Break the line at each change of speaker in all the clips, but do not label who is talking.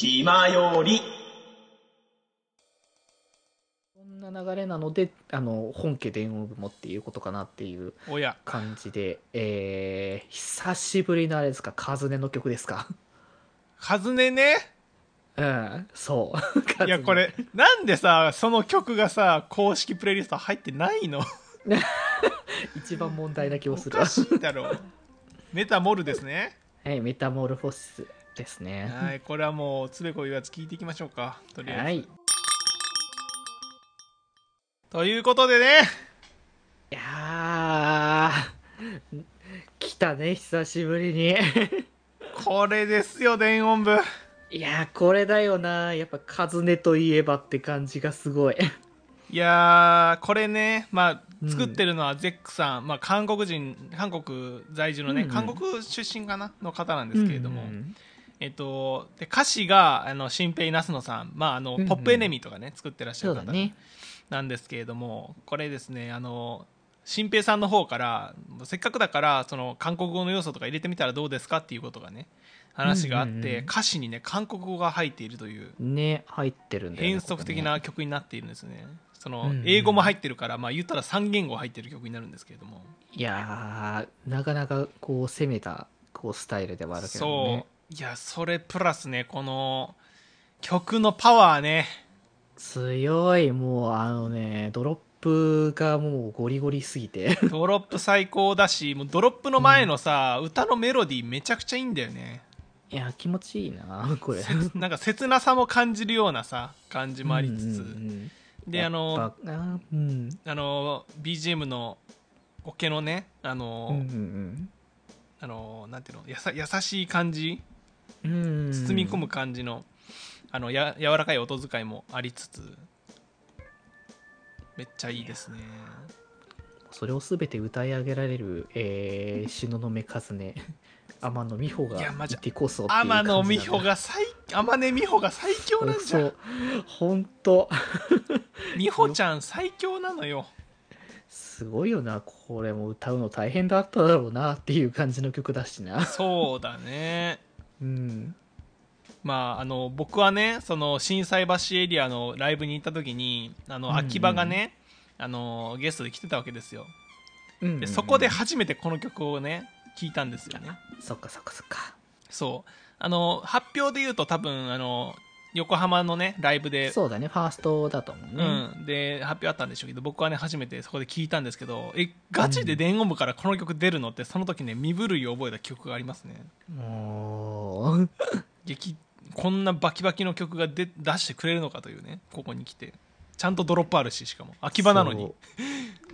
今より。
こんな流れなのであの本家伝音部もっていうことかなっていう
おや
感じで、えー、久しぶりのあれですかカズネの曲ですか
カズネね
うんそう
いやこれなんでさその曲がさ公式プレイリスト入ってないの
一番問題な気
お
もする
かしいだろうメタモルですね
はいメタモルフォスですね
はいこれはもうつべこいやつ聞いていきましょうかとりあえず、
はいい
ということでね
やー来たね久しぶりに
これですよ電音部
いやーこれだよなやっぱカズネといえばって感じがすごい
いやーこれね、ま
う
あ、
ん
作ってるのはゼックさん、まあ、韓国人韓国在住のね、
うんうん
韓国出身かなの方なんですけれども、
うん
えっと、で歌詞があの新平那須野さん、まああの
んうん
ポップエネミーとかね作ってらっしゃ
そ
る
うだ
方
ね
なんですけれども、これですねあの新平さんの方からせっかくだからその韓国語の要素とか入れてみたらどうですかっていうことがね話があって、
うんうんうん
歌詞にね韓国語が入っているという
ね入ってるんだよね
変則的
こ
な曲になっているんですね。そ
うん
の
うん
英語も入ってるから、まあ、言ったら3言語入ってる曲になるんですけれども、
こねいやーなかなかこう攻めたこうスタイルではあるけどね
そういやそれプラスねこの曲のパワーね
強いもうあのねドロップがもうゴリゴリすぎて
ドロップ最高だしもうドロップの前のさ、歌のメロディーめちゃくちゃいいんだよね
いや気持ちいいなこれ
なんか切なさも感じるようなさ感じもありつつ、
うんうんうん
であ
や
の
っぱあうん
あの BGM のオケのねあの、
うんうん
あのなんていうのやさ優しい感じ
うんうん
包み込む感じの,、あのや柔らかい音遣いもありつつめっちゃいいですね
それを全て歌い上げられる、えー、東雲和音天野美穂が
いやマジ
いてこそっていう
天
感じ
野美穂
が
が最天音美穂が最強なんじ
そ
ゃん
う本当
美穂ちゃん最強なのよ
すごいよなこれも歌うの大変だっただろうなっていう感じの曲だしな
そうだね
うん
まあ、あの僕はねその心斎橋エリアのライブに行った時にあ
うんう
の
ん
秋葉がね、あのゲストで来てたわけですよ
うんうんうん
でそこで初めてこの曲をね聞いたんですよね
そっかそっかそっか
そうあの発表で言うと多分あの横浜のねライブで
そうだねファーストだと思うね、
うん、で発表あったんでしょうけど僕はね初めてそこで聞いたんですけどえガチで電音部からこの曲出るのってその時ね身震いを覚えた曲がありますね
もう
激こんなバキバキの曲が出出してくれるのかというねここに来てちゃんとドロップあるししかも秋葉なのに
そう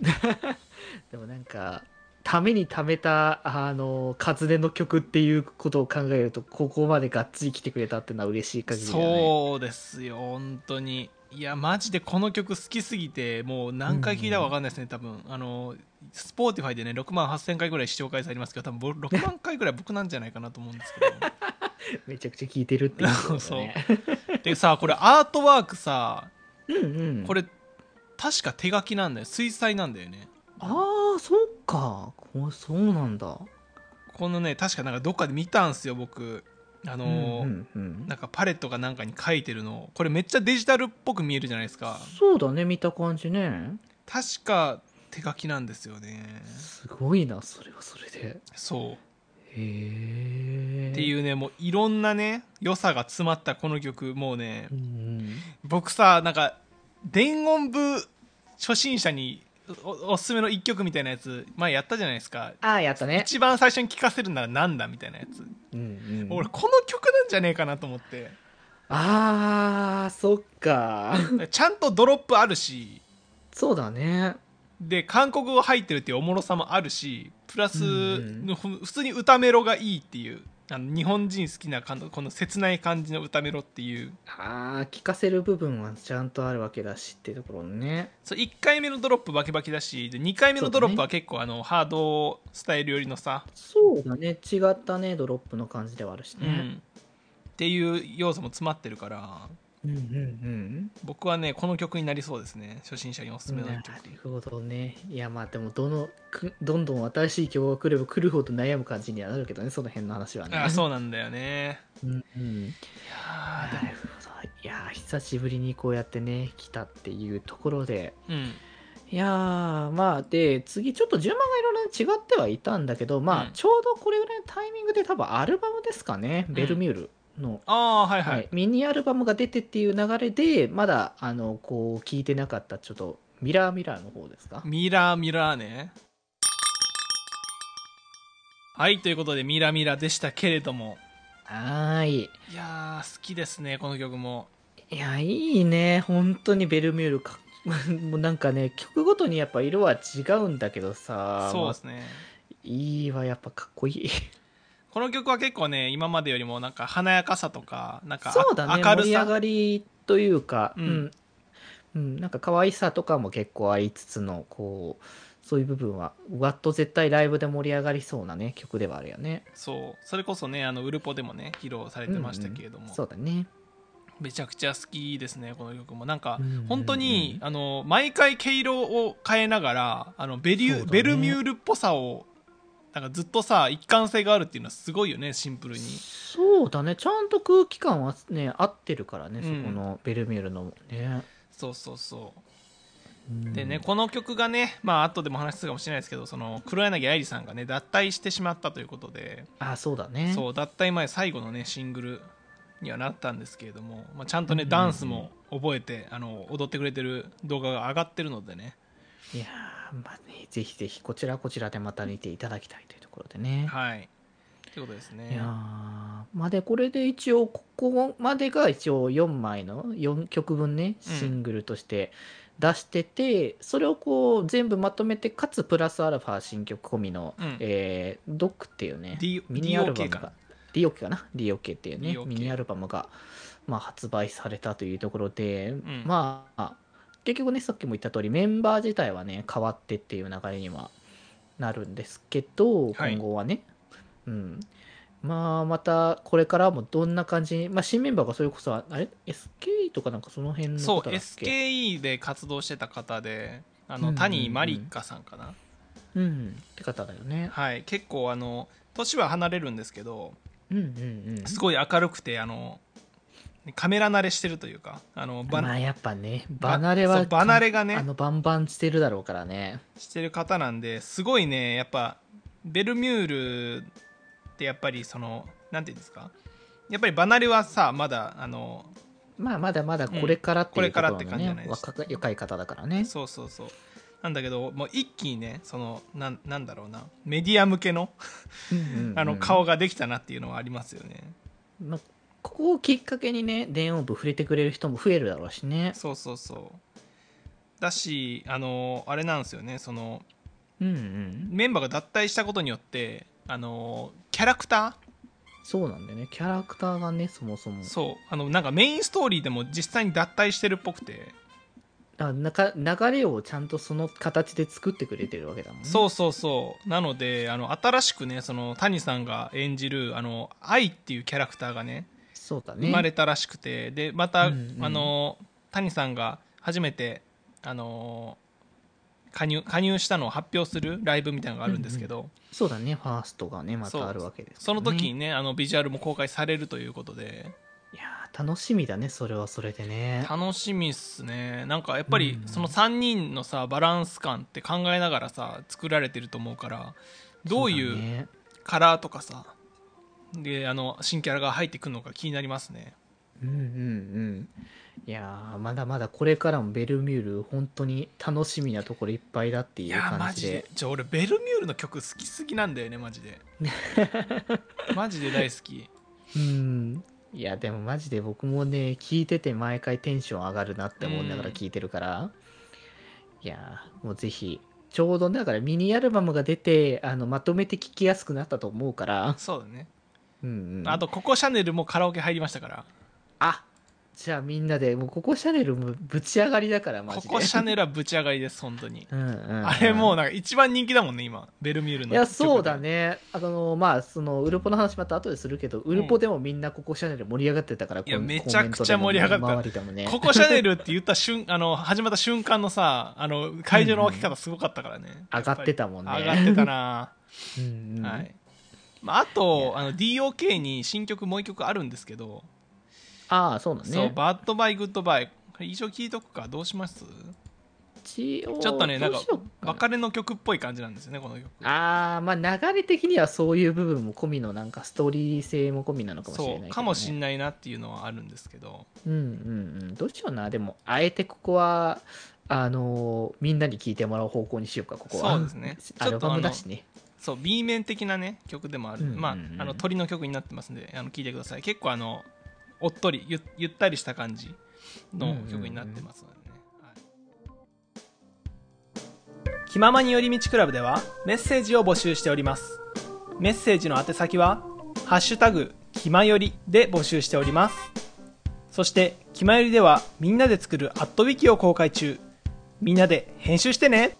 でもなんかためにためたあの「カズネの曲っていうことを考えるとここまでがっつり来てくれたってのは嬉しい限りだね
そうですよ本当にいやマジでこの曲好きすぎてもう何回聞いたか分かんないですね、多分あのスポーティファイでね6万8000回ぐらい視聴回数ありますけど多分僕6万回ぐらい僕なんじゃないかなと思うんですけど
めちゃくちゃ聴いてるっていうことだ ね
でさこれアートワークさ
うんうん
これ確か手書きなんだよ水彩なんだよね
ああそうかこそうなんだ
このね確かなんかどっかで見たんすよ僕あ
う
のー
んうんうん
なんかパレットかなんかに書いてるのをこれめっちゃデジタルっぽく見えるじゃないですか
そうだね見た感じね
確か手書きなんですよね
すごいなそれはそれで
そう
へえ
って
う、
いうねもういろんなね良さが詰まったこの曲もうね
うん
僕さなんか伝音部初心者におおすすめの1曲みたいなやつ前やったじゃないですか
ああやったね、
一番最初に聴かせるならなんだみたいなやつ、
うんうん
俺この曲なんじゃねえかなと思って
あーそっか
ちゃんとドロップあるし
そうだね
で韓国語入ってるっていうおもろさもあるしプラス、
うんう
ふ普通に歌メロがいいっていうあの日本人好きな感この切ない感じの歌メロっていう
あー聞かせる部分はちゃんとあるわけだしっていうところね
そう1回目のドロップバキバキだしで2回目のドロップは結構あの、ハードスタイル寄りのさ、
そうだね違ったねドロップの感じではあるし
う
ね、
ん、っていう要素も詰まってるから
うんうんうん
僕はねこの曲になりそうですね初心者におすすめの
な
一
る
曲、
ほどねいやまあでもどのくどんどん新しい曲が来れば来るほど悩む感じにはなるけどねその辺の話はね
あそうなんだよね
うんうん
いや
なるほどいやー久しぶりにこうやってね来たっていうところで
ーでも
いやーまあで次ちょっと順番がいろいろ違ってはいたんだけどまあ、
うん
ちょうどこれぐらいのタイミングで多分アルバムですかね「ベルミュール」
う
の。
んああはいはい、
はい、ミニアルバムが出てっていう流れでまだあのこう聞いてなかったちょっと「ミラーミラー」の方ですか
ミラーミラーねはいということでミラーミラーでしたけれども
はーい
いやー好きですねこの曲も
いやいいね本当にベルミュールかもうなんかね曲ごとにやっぱ色は違うんだけどさ
そうですね
いいわやっぱかっこいい
この曲は結構ね今までよりもなんか華やかさとかなんかあ
そうだね
明る
盛り上
さ
がりというか
う
うんん、うんなんか可愛さとかも結構ありつつのこうそういう部分はわっと絶対ライブで盛り上がりそうなね曲ではあるよね
そうそれこそねあのウルポでもね披露されてましたけれども、
そうだね
めちゃくちゃ好きですねこの曲もなんか
うんうんうん
本当に、あの毎回毛色を変えながらあのベリュ
そうだね
ベルミュールっぽさをなんかずっとさ一貫性があるっていうのはすごいよねシンプルに
そうだねちゃんと空気感はね合ってるからね、
うん
そこのベルミュールのもね、
そうそうそう
うん
でねこの曲がねまあ後でも話するかもしれないですけどその黒柳愛理さんがね脱退してしまったということで
あそうだね
そう脱退前最後のねシングルにはなったんですけれども、まあ、ちゃんとね
うんうんうん
ダンスも覚えてあの踊ってくれてる動画が上がってるのでね
いやーまあねぜひぜひこちらこちらでまた見ていただきたいというところでね、
はいということですね
いやーまあでこれで一応ここまでが一応4枚の4曲分ね
うん
シングルとして出してて、それをこう全部まとめてかつプラスアルファ新曲込みの、
うん
えードックっていうね
D-
ミニアル
DOK
バム
か
が DOK かな DOK っていうね
DOK
ミニアルバムが、まあ、発売されたというところで、
ん
まあ結局ねさっきも言った通りメンバー自体はね変わってっていう流れにはなるんですけど
はい
今後はね、うんまあまたこれからもどんな感じに、まあ、新メンバーがそれこそあれ SKE とかなんかその辺の
そう
方だっけ
SKE で活動してた方であ
うんうん
の
うん
谷まりかさんかな、
うんって方だよね
はい結構あの年は離れるんですけど
うんうんうん
すごい明るくてあのカメラ慣れしてるというかあのば
まあやっぱね
ば
離れは
そう離れが
あ
ね
のバンバンしてるだろうからね
してる方なんですごいねやっぱベルミュールってやっぱりそのなんていうんですかやっぱり離れはさまだあの
まあまだまだこれからっていうところの、ね
これからって感じじゃないです
若い若い方だからね
そうそうそうなんだけどもう一気にねそのなんなんだろうなメディア向けの
うんうんうん
あの顔ができたなっていうのはありますよね、
まあ、ここをきっかけにね電音部触れてくれる人も増えるだろうしね
そうそうそうだしあのあれなんですよねその
うんうん
メンバーが脱退したことによってあのキャラクタ
そうなんだよねキャラクターがねそもそも
ーそうあのなんかメインストーリーでも実際に脱退してるっぽくて
あなか流れをちゃんとその形で作ってくれてるわけだもんね
そうそうそうなのであの新しくねその谷さんが演じるあの愛っていうキャラクターがね
そうだね
生まれたらしくて、でまた、
うんうん
あの谷さんが初めてあの加入加入したのを発表するライブみたいなのがあるんですけど、
そうだねファーストがねま
そう
たあるわけです
そ
から
の
ね、
時にねあのビジュアルも公開されるということで
いやー楽しみだねそれはそれでね
楽しみっすねなんかやっぱり
うん
その3人のさバランス感って考えながらさ作られてると思うからどう
そだ
いう
ね
カラーとかさであの新キャラが入ってくるのか気になりますね
うんうんうんいやーまだまだこれからもベルミュール本当に楽しみなところいっぱいだって
い
いう
やマ
感じ
ジ
で
でじゃあ俺ベルミュールの曲好きすぎなんだよねマジ でマジで大好き
うんいやでもマジで僕もね聞いてて毎回テンション上がるなって思いながら聞いてるから、いやーもうぜひちょうどだからミニアルバムが出てあのまとめて聴きやすくなったと思うから、
そうだね、
うんうん、
あとココシャネルもカラオケ入りましたから
あじゃあみんなでもうここシャネルもぶち上がりだからマ
こ
ジで
こシャネルはぶち上がりです本当に
うんうんうん
あれもうなんか一番人気だもんね今ベルミュールの
いやそうだねあのまあそのウルポの話また後でするけど、ウルポでもみんなここシャネル盛り上がってたから
いや
こう
めちゃくちゃ盛り上がった
コメントでも周りでもね
ここシャネルって言った瞬 あの始まった瞬間のさあの会場の分け方すごかったからね、
上がってたもんね
上がってたな、
うんうん
はいまあ、あとあの DOK に新曲もう一曲あるんですけど、
ああそうだ
そう
ね
バッドバイグッドバイこれ一応聞いとくかどうします
一応
ちょっとねなん
ど
か
うしようかな
別れの曲っぽい感じなんですよねこの曲
ああまあ流れ的にはそういう部分も込みのなんかストーリー性も込みなのかもしれないけど
そ
ね、
うかもしんないなっていうのはあるんですけど
うんうんうんどうしようなでもあえてここはあのーみんなに聞いてもらう方向にしようかここは
そうですねち
ア
ょ
ル
っと
バ
あ
ム
の
だしね
そう B 面的なね曲でもある、
うんうんうん
まああの鳥の曲になってますんであの聞いてください結構あのおっとりゆゆったりした感じの曲になってますのでね、はい気ままに寄り道クラブではメッセージを募集しておりますメッセージの宛先は「ハッシュタグ気まより」で募集しておりますそして「気まより」ではみんなで作る「アットウィキを公開中みんなで編集してね